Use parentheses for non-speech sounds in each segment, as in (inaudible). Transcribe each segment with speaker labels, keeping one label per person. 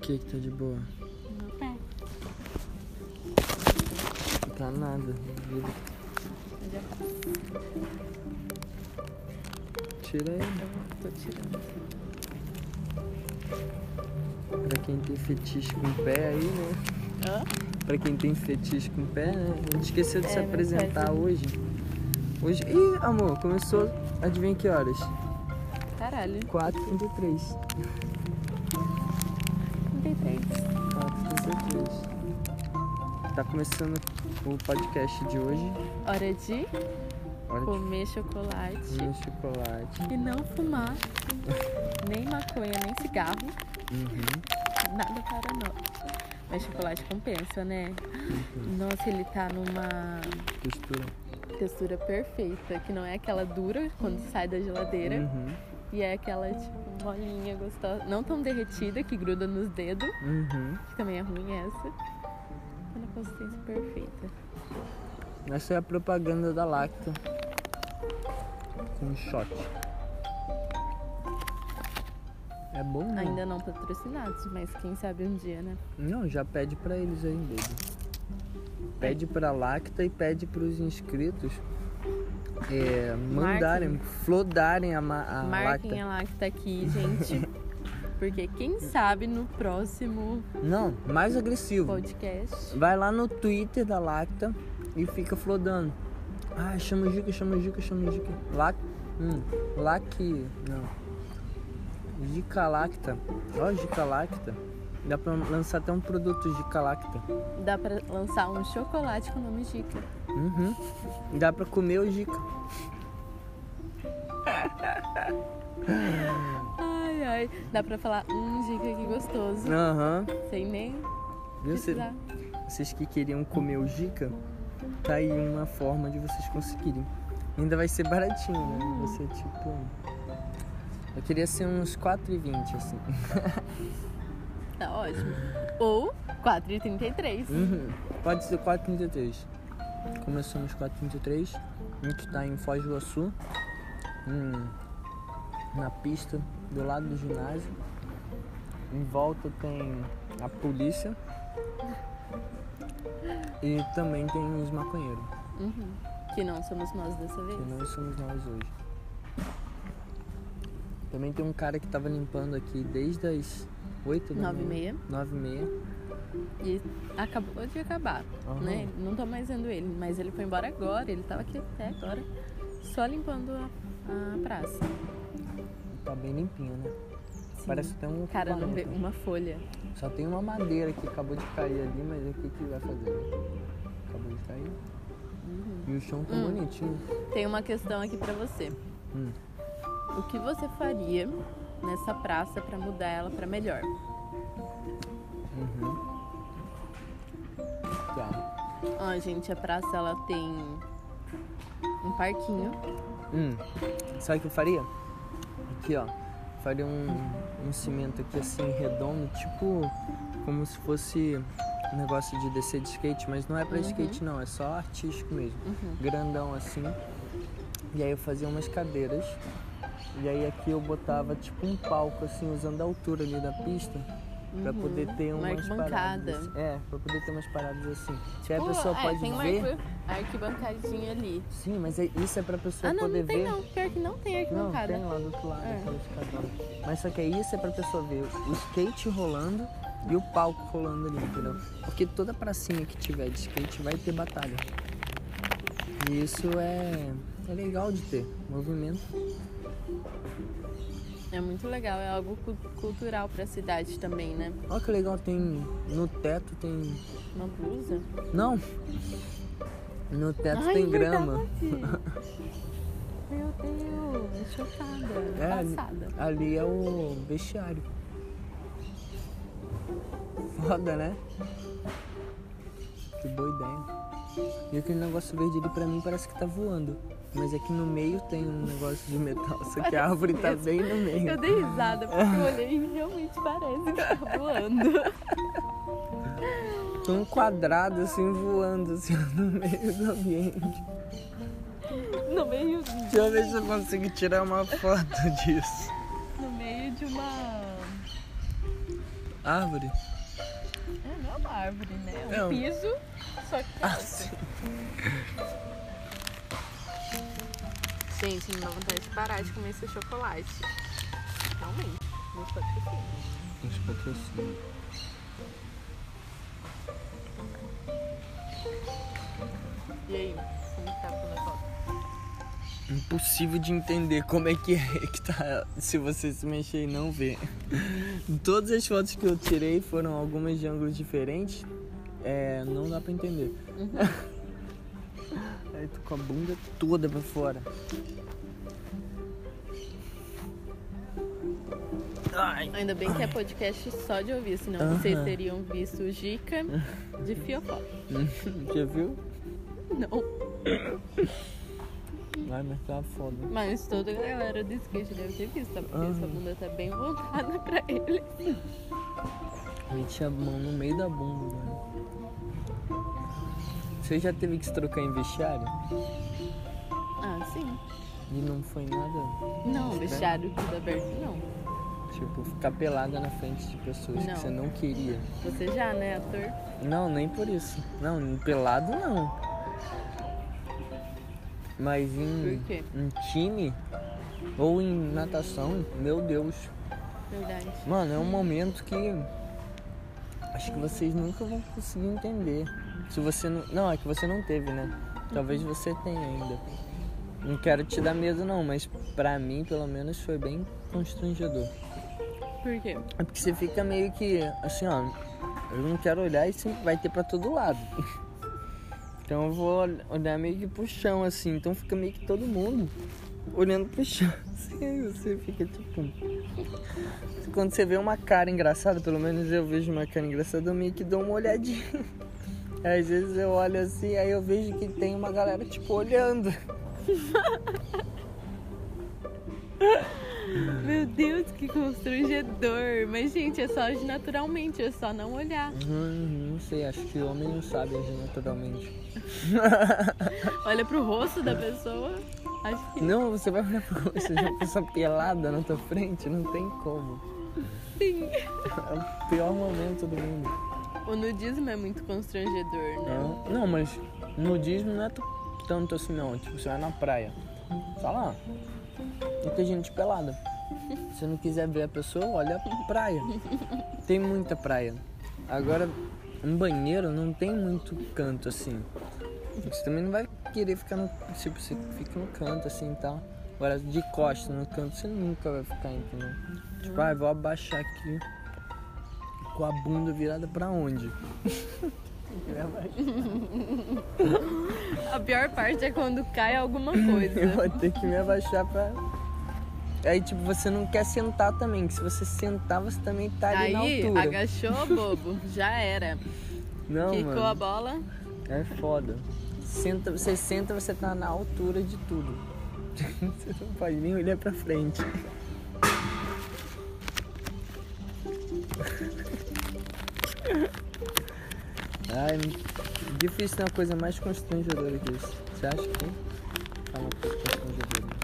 Speaker 1: que que tá de boa?
Speaker 2: Meu pé.
Speaker 1: Não tá nada. Vira-
Speaker 2: Já
Speaker 1: Tira ele.
Speaker 2: tô tirando.
Speaker 1: Pra quem tem fetiche com pé aí, né? Pra quem tem fetiche com pé, né? A gente esqueceu de
Speaker 2: É,
Speaker 1: se
Speaker 2: não
Speaker 1: apresentar
Speaker 2: faz-
Speaker 1: hoje. Hoje. Ih, amor, começou. Adivinha que horas?
Speaker 2: Caralho.
Speaker 1: 4h33.
Speaker 2: 33.
Speaker 1: 4h33. Tá começando o podcast de hoje.
Speaker 2: Hora de
Speaker 1: Hora de
Speaker 2: comer chocolate
Speaker 1: comer chocolate.
Speaker 2: e não fumar nem maconha, nem cigarro.
Speaker 1: Uhum.
Speaker 2: Nada para nós. Mas chocolate compensa, né? Nossa, ele tá numa
Speaker 1: Costura.
Speaker 2: textura perfeita, que não é aquela dura quando sai da geladeira.
Speaker 1: Uhum.
Speaker 2: E é aquela, tipo, molinha gostosa. Não tão derretida, que gruda nos dedos,
Speaker 1: Uhum.
Speaker 2: que também é ruim essa. Tá na consistência perfeita.
Speaker 1: Essa é a propaganda da Lacta. Com shot. É bom, né?
Speaker 2: Ainda não patrocinados, mas quem sabe um dia, né?
Speaker 1: Não, já pede pra eles aí, baby. Pede pra Lacta e pede pros inscritos é, mandarem, flodarem a, ma- a
Speaker 2: Marquem
Speaker 1: Ah, Lacta.
Speaker 2: a lá que tá
Speaker 1: (laughs)
Speaker 2: aqui, gente. Porque quem sabe no próximo
Speaker 1: Não, mais agressivo.
Speaker 2: podcast.
Speaker 1: Vai lá no Twitter da Lacta e fica flodando. Ah, chama o Gica, chama o Gica, chama o Gica. Lac... Hum, Lac... Não. Gica Lacta. Ó, Gica Lacta. Dá pra lançar até um produto Gica Lacta.
Speaker 2: Dá pra lançar um chocolate com o nome Dica.
Speaker 1: Uhum. Dá pra comer o Gica.
Speaker 2: Ai, ai. Dá pra falar, hum, Dica, que gostoso.
Speaker 1: Aham.
Speaker 2: Sem nem
Speaker 1: Viu? Cê-
Speaker 2: precisar.
Speaker 1: Vocês que queriam comer o Gica, tá aí uma forma de vocês conseguirem. Ainda vai ser baratinho, né? Você, tipo... Eu queria ser uns 4,20, assim.
Speaker 2: Tá ótimo. Ou 4h33.
Speaker 1: Uhum. Pode ser 433. Começamos 433. A gente tá em Foz do Iguaçu. hum, na pista do lado do ginásio. Em volta tem a polícia. E também tem os maconheiros,
Speaker 2: Uhum. Que não somos nós dessa
Speaker 1: que
Speaker 2: vez.
Speaker 1: não somos nós hoje. Também tem um cara que tava limpando aqui desde as 8 da
Speaker 2: Nove e meia.
Speaker 1: 9 e meia.
Speaker 2: E acabou de acabar,
Speaker 1: Aham.
Speaker 2: né? Não tô mais vendo ele, mas ele foi embora agora, ele tava aqui até agora, só limpando a, a praça.
Speaker 1: Tá bem limpinho, né?
Speaker 2: Sim.
Speaker 1: Parece até um
Speaker 2: Cara, não vê
Speaker 1: ocupanto.
Speaker 2: uma folha.
Speaker 1: Só tem uma madeira que acabou de cair ali, mas o que que vai fazer? né? Acabou de cair.
Speaker 2: Uhum.
Speaker 1: E o chão tá
Speaker 2: Hum.
Speaker 1: bonitinho.
Speaker 2: Tem uma questão aqui pra você.
Speaker 1: Hum.
Speaker 2: O que você faria nessa praça pra mudar ela pra melhor?
Speaker 1: Uhum. Tá.
Speaker 2: Ó, Ah, gente, a praça ela tem um parquinho.
Speaker 1: Hum. Sabe o que eu faria? Aqui, ó. Faria um, um cimento aqui assim, redondo, tipo como se fosse um negócio de descer de skate, mas não é pra
Speaker 2: Uhum.
Speaker 1: skate não, é só artístico mesmo.
Speaker 2: Uhum.
Speaker 1: grandão assim. E aí eu fazia umas cadeiras. E aí aqui eu botava tipo um palco assim, usando a altura ali da pista. Pra
Speaker 2: Uhum.
Speaker 1: poder ter
Speaker 2: Uma
Speaker 1: umas
Speaker 2: arquibancada.
Speaker 1: paradas. assim. É, pra poder ter umas paradas assim. Que aí a
Speaker 2: Pô,
Speaker 1: pessoa
Speaker 2: é,
Speaker 1: pode
Speaker 2: tem uma
Speaker 1: ver.
Speaker 2: arqui- arquibancadinha ali.
Speaker 1: Sim, mas é- isso é pra pessoa
Speaker 2: ah, não,
Speaker 1: poder
Speaker 2: não tem
Speaker 1: ver.
Speaker 2: não. Pior que não tem
Speaker 1: Não,
Speaker 2: arquibancada.
Speaker 1: tem lá do outro lado,
Speaker 2: É.
Speaker 1: aquela escadona. Mas só que aí isso é pra pessoa ver o skate rolando e o palco rolando ali, entendeu? Porque toda pracinha que tiver de skate vai ter batalha. E isso é, é legal de ter, movimento.
Speaker 2: É muito legal, é algo cu- cultural pra cidade também, né?
Speaker 1: Olha que legal, tem no teto tem...
Speaker 2: Uma blusa.
Speaker 1: Não! No teto
Speaker 2: Ai,
Speaker 1: É, tem
Speaker 2: verdade.
Speaker 1: grama. (laughs)
Speaker 2: Meu Deus, chocada,
Speaker 1: É, ali-
Speaker 2: passada.
Speaker 1: ali é o vestiário. Foda, né? Que boa ideia. E aquele negócio verde ali pra mim parece que tá voando. Mas aqui no meio tem um negócio de metal, só que a árvore tá bem no
Speaker 2: Eu
Speaker 1: meio.
Speaker 2: dei risada porque eu olhei e realmente parece que tá voando.
Speaker 1: Tem um quadrado assim voando assim (laughs) no meio do ambiente.
Speaker 2: No meio,
Speaker 1: Deixa eu ver se eu consigo tirar uma foto disso.
Speaker 2: no meio de uma.
Speaker 1: Árvore.
Speaker 2: É, não é uma árvore, né? É um
Speaker 1: É um-
Speaker 2: piso, só que
Speaker 1: Ah,
Speaker 2: com árvore. Gente, me dá vontade de parar de comer esse chocolate. Realmente. Não sou possível.
Speaker 1: Os patrocínios.
Speaker 2: E aí, como que tá com o negócio?
Speaker 1: Impossível de entender como é que é que tá (laughs) se você se mexer e não ver. (laughs) Todas as fotos que eu tirei foram algumas de ângulos diferentes. É, não dá pra entender. (laughs) Aí tô com a bunda toda pra fora. Ai. (laughs)
Speaker 2: Ainda bem que é podcast só de ouvir, senão
Speaker 1: Aham.
Speaker 2: vocês teriam visto Jica de Fiofó.
Speaker 1: Já viu?
Speaker 2: Não.
Speaker 1: Ai, mas tá foda.
Speaker 2: Mas toda a galera do skate deve ter visto, tá? Porque
Speaker 1: Aham.
Speaker 2: essa bunda tá bem voltada pra ele.
Speaker 1: Meti a mão no meio da bunda, mano. Você já teve que se trocar em vestiário?
Speaker 2: Ah, sim.
Speaker 1: E não foi nada,
Speaker 2: Não, vestiário tudo aberto, não.
Speaker 1: tipo, ficar pelada na frente de pessoas
Speaker 2: Não.
Speaker 1: que você não queria.
Speaker 2: Você já, né, ator?
Speaker 1: Não, nem por isso. Não, pelado não. Mas em,
Speaker 2: Por quê?
Speaker 1: em time ou em natação, meu Deus.
Speaker 2: Verdade.
Speaker 1: Mano, é um momento que acho que vocês nunca vão conseguir entender. Se você não. Não, é que você não teve, né? Talvez
Speaker 2: Uhum.
Speaker 1: você tenha ainda. Não quero te dar medo não, mas pra mim pelo menos foi bem constrangedor.
Speaker 2: Por quê?
Speaker 1: É porque você fica meio que assim, ó, eu não quero olhar e sempre vai ter pra todo lado. (laughs) Então eu vou ol- olhar meio que pro chão, assim, então fica meio que todo mundo olhando pro chão. (laughs) Assim, aí você fica tipo. Quando você vê uma cara engraçada, pelo menos eu vejo uma cara engraçada, eu meio que dou uma olhadinha. (laughs) Às vezes eu olho assim, aí eu vejo que tem uma galera tipo olhando.
Speaker 2: Meu Deus, que constrangedor. Mas, gente, é só agir naturalmente, é só não olhar.
Speaker 1: Hum, não sei, acho que homem não sabe agir naturalmente.
Speaker 2: Olha pro rosto da pessoa. Acho que
Speaker 1: Não, você vai olhar pra (laughs) você já pessoa pelada na tua frente, não tem como.
Speaker 2: sim.
Speaker 1: É o pior momento do mundo.
Speaker 2: O nudismo é muito constrangedor, né?
Speaker 1: Não, É um- não mas nudismo não é t- tanto assim não. Tipo, você vai na praia. Tá lá. E tem gente pelada. Se você não quiser ver a pessoa, olha a praia. Tem muita praia. Agora, um banheiro não tem muito canto assim. Você também não vai querer ficar no. Tipo, você fica no canto assim e tal. Agora de costa no canto você nunca vai ficar, entendeu? Tipo, ah, vou abaixar aqui com a bunda virada pra onde?
Speaker 2: A pior parte é quando cai alguma
Speaker 1: (clears throat) Eu
Speaker 2: coisa.
Speaker 1: vou ter que me abaixar pra. Aí, tipo, você não quer sentar também, que se você sentar, você também tá ali na
Speaker 2: Aí,
Speaker 1: altura.
Speaker 2: agachou, bobo. Já era.
Speaker 1: Não,
Speaker 2: Quicou
Speaker 1: mano,
Speaker 2: a bola.
Speaker 1: é foda. Senta, você senta, você tá na altura de tudo. (laughs) você não pode nem olhar pra frente. Ai, difícil ter uma coisa mais constrangedora que isso. Você acha que é uma coisa constrangedora?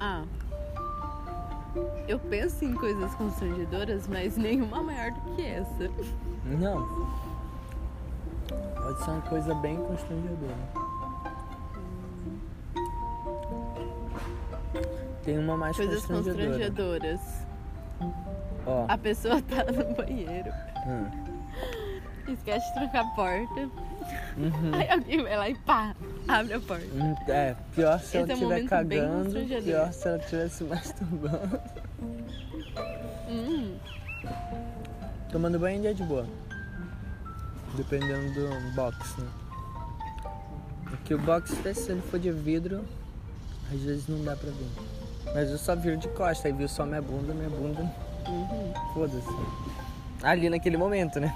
Speaker 2: Ah. Eu penso em coisas constrangedoras, mas nenhuma maior do que essa.
Speaker 1: Não. Pode ser uma coisa bem constrangedora. Tem uma mais
Speaker 2: Hum. Coisas
Speaker 1: constrangedora.
Speaker 2: constrangedoras.
Speaker 1: Ó.
Speaker 2: A pessoa tá no banheiro,
Speaker 1: hum.
Speaker 2: esquece de trancar a porta,
Speaker 1: Uhum.
Speaker 2: aí alguém vai lá e pá, abre a porta.
Speaker 1: Hum, É, pior se
Speaker 2: Esse
Speaker 1: ela
Speaker 2: é um
Speaker 1: estiver
Speaker 2: momento bem
Speaker 1: cagando,
Speaker 2: constrangedor.
Speaker 1: pior se ela estiver se (laughs) masturbando.
Speaker 2: Hum,
Speaker 1: Tomando banho ainda é de boa. Dependendo do box, né? Porque o box, até se ele for de vidro, às vezes não dá pra ver. Mas eu só viro de costa, aí viu só minha bunda, minha bunda
Speaker 2: uhum.
Speaker 1: Foda-se. Ali naquele momento, né?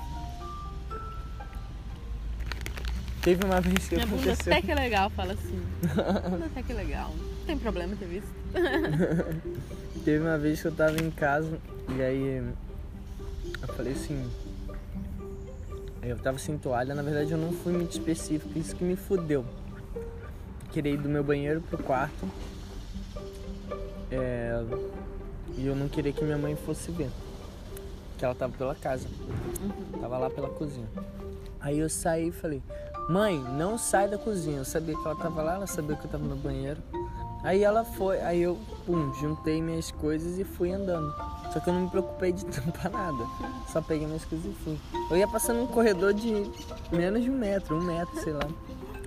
Speaker 1: Teve uma vez que
Speaker 2: Minha bunda
Speaker 1: aconteceu.
Speaker 2: até que é legal,
Speaker 1: (laughs)
Speaker 2: fala assim. Bunda até que é legal. Não tem problema ter visto.
Speaker 1: Teve uma vez que eu tava em casa e aí eu falei assim. Eu tava sem toalha, na verdade eu não fui muito específico, isso que me fudeu. Queria ir do meu banheiro pro quarto. É, e eu não queria que minha mãe fosse ver. Que ela tava pela casa. Tava lá pela cozinha. Aí eu saí e falei, mãe, não sai da cozinha. Eu sabia que ela tava lá, ela sabia que eu tava no banheiro. Aí ela foi, aí eu, pum, juntei minhas coisas e fui andando. Só que eu não me preocupei de (laughs) tampar nada. Só peguei minhas coisas e fui. Eu ia passando um corredor de menos de um metro, um metro, sei lá.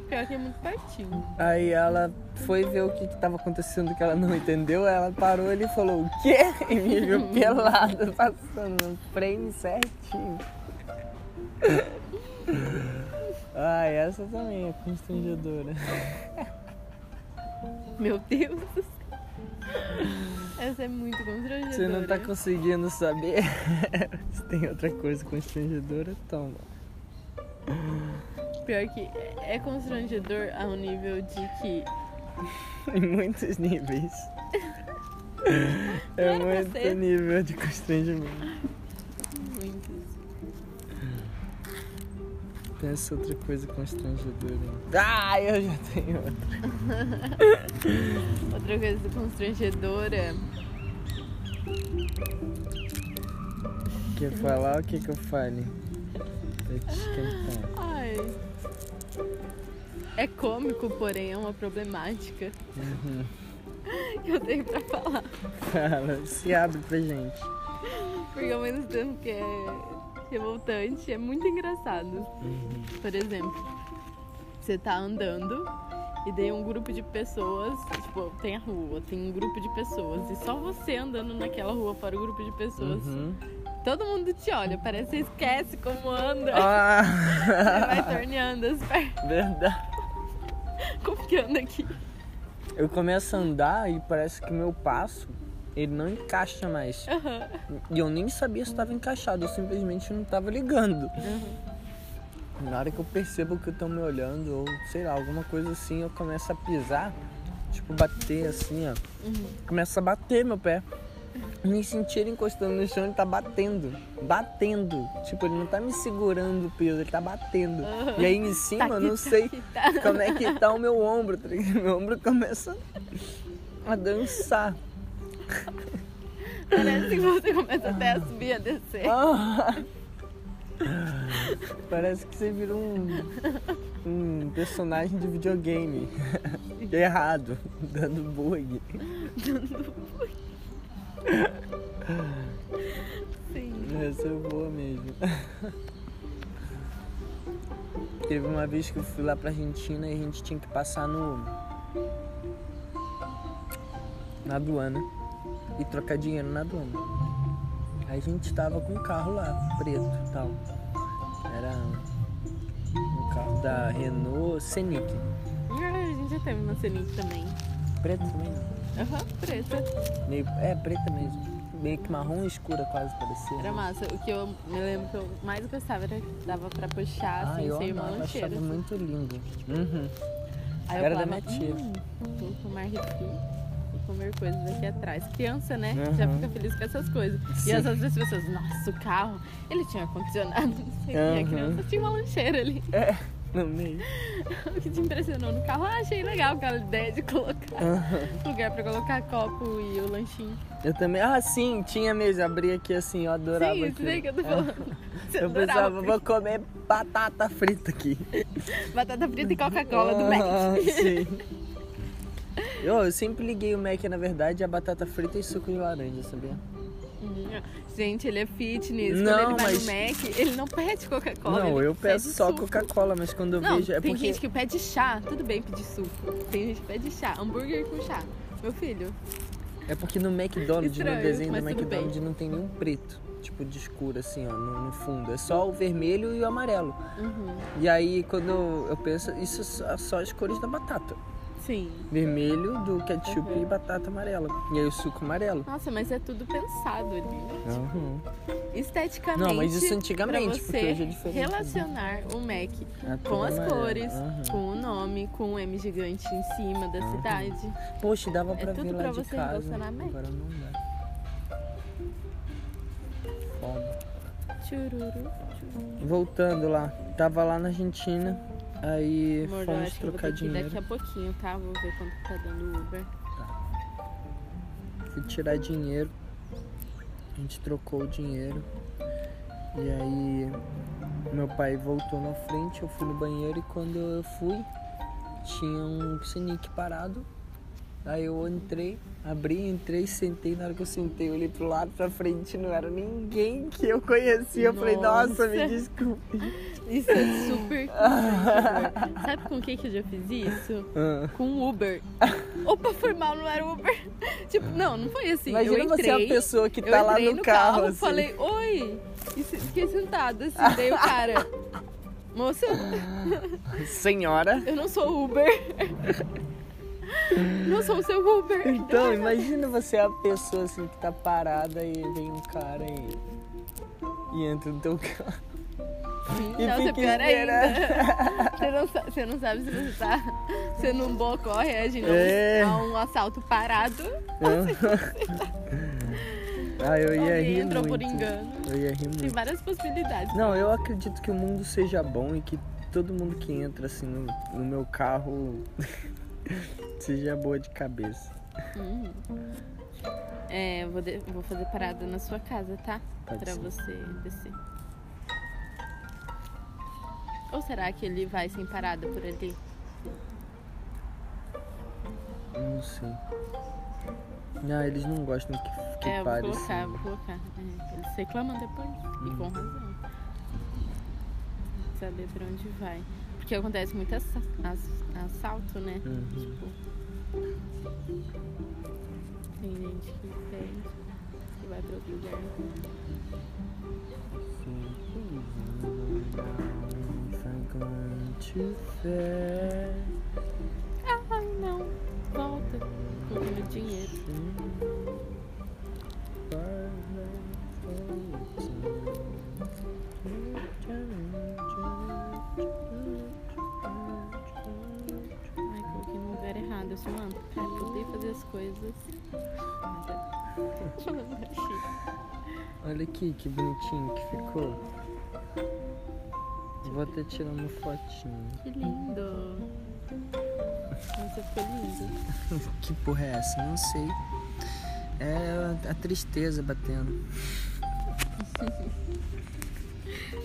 Speaker 2: Pior que é muito pertinho.
Speaker 1: Aí ela foi ver o que, que tava acontecendo que ela não entendeu, ela parou ele falou o quê? (laughs) E me viu pelado (laughs) passando no frame certinho. (laughs) Ai, essa também é constrangedora.
Speaker 2: Meu Deus. do céu. Essa é muito constrangedora.
Speaker 1: Você não tá conseguindo saber? (laughs) Se tem outra coisa constrangedora, toma. (laughs)
Speaker 2: Pior que é constrangedor a um nível de que
Speaker 1: Em muitos níveis. É
Speaker 2: Era pra ser.
Speaker 1: muito nível de constrangimento.
Speaker 2: muitos.
Speaker 1: Pensa outra coisa constrangedora. Ah, eu já tenho outra.
Speaker 2: Outra coisa constrangedora.
Speaker 1: Quer falar o que que eu fale? Pra te esquentar.
Speaker 2: Ai. É cômico, porém é uma problemática
Speaker 1: Uhum.
Speaker 2: que (laughs) eu tenho pra falar.
Speaker 1: (laughs) Fala, se abre pra gente.
Speaker 2: Porque ao mesmo tempo que é revoltante, é muito engraçado.
Speaker 1: Uhum.
Speaker 2: Por exemplo, você tá andando e daí um grupo de pessoas, tipo, tem a rua, tem um grupo de pessoas, e só você andando naquela rua para o grupo de pessoas.
Speaker 1: Uhum.
Speaker 2: Todo mundo te olha, parece que você esquece
Speaker 1: (laughs)
Speaker 2: como anda. Você
Speaker 1: Ah,
Speaker 2: vai torneando as pernas. (laughs)
Speaker 1: verdade.
Speaker 2: Como que anda aqui?
Speaker 1: Eu começo a andar e parece que meu passo, ele não encaixa mais.
Speaker 2: Aham.
Speaker 1: E eu nem sabia se estava encaixado, eu simplesmente não tava ligando. Na hora que eu percebo que estão me olhando, ou sei lá, alguma coisa assim, eu começo a pisar, tipo, bater assim, ó.
Speaker 2: Uhum.
Speaker 1: Começa a bater meu pé. Me sentir ele encostando no chão, ele tá batendo. Batendo. Tipo, ele não tá me segurando o peso, ele tá batendo.
Speaker 2: Aham.
Speaker 1: E aí em cima, eu não sei
Speaker 2: Tá.
Speaker 1: como é que tá o meu ombro. tá ligado? Meu ombro começa a dançar.
Speaker 2: Parece que você começa até a subir e a descer.
Speaker 1: Ah! Parece que você virou um, um personagem de videogame. (laughs) Errado, dando bug.
Speaker 2: Sim.
Speaker 1: Essa é boa mesmo. (laughs) Teve uma vez que eu fui lá pra Argentina e a gente tinha que passar no. na aduana e trocar dinheiro na aduana. Aí a gente tava com um carro lá, preto e tal. Era um carro da Renault Scenic.
Speaker 2: Ah, A gente já teve uma Senic também.
Speaker 1: Preto também? né?
Speaker 2: Aham, preta.
Speaker 1: Meio, é, preta mesmo. Meio que marrom escura quase parecia.
Speaker 2: Era massa. O que eu me lembro que eu mais gostava era que dava pra puxar,
Speaker 1: Ah,
Speaker 2: assim,
Speaker 1: eu
Speaker 2: sem
Speaker 1: amava, achava
Speaker 2: mancheiro. Assim.
Speaker 1: muito lindo. Uhum.
Speaker 2: Aí eu
Speaker 1: Era da minha
Speaker 2: falava,
Speaker 1: tia.
Speaker 2: "Hum, vou tomar refri, vou comer coisas aqui atrás. Criança, né? Já
Speaker 1: Aham.
Speaker 2: fica feliz com essas coisas.
Speaker 1: Sim.
Speaker 2: E às vezes as pessoas, nossa, o carro, ele tinha ar-condicionado, (laughs) não sei o que. A
Speaker 1: Aham.
Speaker 2: criança tinha uma lancheira ali. (laughs)
Speaker 1: No meio.
Speaker 2: O que te impressionou no carro? Ah, achei legal aquela ideia de colocar lugar pra colocar copo e o lanchinho.
Speaker 1: Eu também. Ah, sim, tinha mesmo. Abri aqui assim, eu adorava.
Speaker 2: Sim, isso
Speaker 1: aquilo. É.
Speaker 2: daí que eu
Speaker 1: (laughs)
Speaker 2: tô falando. Você
Speaker 1: Eu
Speaker 2: adorava
Speaker 1: pensava, vou comer batata frita aqui.
Speaker 2: Batata frita e Coca-Cola do Mac. (laughs)
Speaker 1: Ah, sim. Eu, eu sempre liguei o Mac, na verdade, a batata frita e suco de laranja, sabia?
Speaker 2: (laughs) Gente, ele é fitness.
Speaker 1: Ah. Não,
Speaker 2: Quando ele vai
Speaker 1: mas-
Speaker 2: no Mac, ele não pede Coca-Cola.
Speaker 1: Não,
Speaker 2: ele
Speaker 1: eu
Speaker 2: pede
Speaker 1: peço só
Speaker 2: suco.
Speaker 1: Coca-Cola, mas quando eu
Speaker 2: Não,
Speaker 1: vejo. É
Speaker 2: tem
Speaker 1: porque.
Speaker 2: gente que pede chá. Tudo bem pedir suco. Tem gente que pede chá. Hambúrguer com chá. Meu filho.
Speaker 1: É porque no McDonald's,
Speaker 2: Estranho,
Speaker 1: no desenho do
Speaker 2: mas tudo bem.
Speaker 1: McDonald's, não tem nenhum preto, tipo de escuro, assim, ó, no, no fundo. É só o vermelho e o amarelo.
Speaker 2: Uhum.
Speaker 1: E aí, quando eu, eu penso, isso é só- só as cores da batata.
Speaker 2: Sim.
Speaker 1: vermelho, do ketchup
Speaker 2: Uhum.
Speaker 1: e batata amarela. E aí o suco amarelo.
Speaker 2: Nossa, mas é tudo pensado ali. Esteticamente.
Speaker 1: Não, mas isso
Speaker 2: pra
Speaker 1: antigamente,
Speaker 2: você
Speaker 1: porque hoje é diferente.
Speaker 2: relacionar o Mac
Speaker 1: É tudo
Speaker 2: com as
Speaker 1: amarelo.
Speaker 2: cores,
Speaker 1: Aham.
Speaker 2: com o nome, com o M gigante em cima da
Speaker 1: Aham.
Speaker 2: cidade.
Speaker 1: Poxa, dava
Speaker 2: É
Speaker 1: pra
Speaker 2: tudo
Speaker 1: ver lá
Speaker 2: pra
Speaker 1: de
Speaker 2: você
Speaker 1: casa.
Speaker 2: relacionar bem.
Speaker 1: Agora não dá. Foda.
Speaker 2: Chururu. chururu.
Speaker 1: Voltando lá. Tava lá na Argentina. Aí
Speaker 2: Amor, eu
Speaker 1: fomos
Speaker 2: acho que eu vou
Speaker 1: trocar
Speaker 2: ter que ir
Speaker 1: dinheiro. (laughs)
Speaker 2: daqui a pouquinho, tá? Vou ver quanto tá dando o Uber.
Speaker 1: Tá. fui tirar dinheiro. A gente trocou o dinheiro. E aí meu pai voltou na frente, eu fui no banheiro e quando eu fui, tinha um sinique parado. Aí eu entrei, abri, entrei, sentei. Na hora que eu sentei, eu olhei pro lado, pra frente, não era ninguém que eu conhecia. Eu falei, nossa, me
Speaker 2: Nossa.
Speaker 1: desculpe.
Speaker 2: Isso é (laughs) super constrangedor. Sabe com quem que eu já fiz isso?
Speaker 1: Ah.
Speaker 2: Com um Uber. Opa, foi mal, não era Uber. (laughs) Tipo, não, não foi assim.
Speaker 1: Imagina
Speaker 2: eu
Speaker 1: você é
Speaker 2: entrei,
Speaker 1: a pessoa que
Speaker 2: eu
Speaker 1: tá lá
Speaker 2: entrei
Speaker 1: no, carro, assim.
Speaker 2: falei, oi. E se- fiquei sentada assim, daí o
Speaker 1: (laughs)
Speaker 2: cara... Moça,
Speaker 1: Senhora.
Speaker 2: eu não sou Uber. (laughs) Não sou o seu Uber. (laughs)
Speaker 1: Então, imagina você é a pessoa assim que tá parada e vem um cara e, e entra no teu
Speaker 2: (laughs)
Speaker 1: carro. E
Speaker 2: Nossa,
Speaker 1: fica
Speaker 2: é pior ainda.
Speaker 1: esperando.
Speaker 2: (laughs) Você não, sa- você não sabe se você tá sendo um bocó, reagindo
Speaker 1: É.
Speaker 2: a um assalto parado.
Speaker 1: ah, eu ia
Speaker 2: Alguém
Speaker 1: rir
Speaker 2: entrou
Speaker 1: muito.
Speaker 2: por engano.
Speaker 1: Eu ia rir
Speaker 2: Tem
Speaker 1: muito.
Speaker 2: várias possibilidades.
Speaker 1: Não, eu acredito que o mundo seja bom e que todo mundo que entra assim no, no meu carro (laughs) seja boa de cabeça.
Speaker 2: Uhum. É, eu vou, de- vou fazer parada na sua casa, tá?
Speaker 1: Pode
Speaker 2: pra
Speaker 1: ser.
Speaker 2: você descer. Ou será que ele vai sem parada por ali?
Speaker 1: Não sei. Não, eles não gostam que, que
Speaker 2: é, eu vou
Speaker 1: pare
Speaker 2: colocar,
Speaker 1: assim.
Speaker 2: vou colocar. É, eles reclamam depois. E
Speaker 1: Uhum.
Speaker 2: com razão. Tem que Saber pra onde vai. Porque acontece muito assa- ass- assalto, né?
Speaker 1: Uhum.
Speaker 2: Tipo. Tem gente que perde e vai pra outro lugar. Ai não, volta. Tudo no dinheiro. Ai, coloquei no lugar errado. Eu sou uma cara, eu odeio fazer as coisas. Nada. (laughs) Tô falando baixinho.
Speaker 1: Olha aqui que bonitinho que ficou. Vou até tirar uma fotinho.
Speaker 2: Que lindo. Nossa, ficou (laughs) lindo.
Speaker 1: Que porra é essa? Não sei. É a- a tristeza batendo.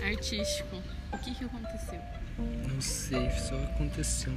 Speaker 2: Artístico. O que que aconteceu?
Speaker 1: Não sei, só aconteceu.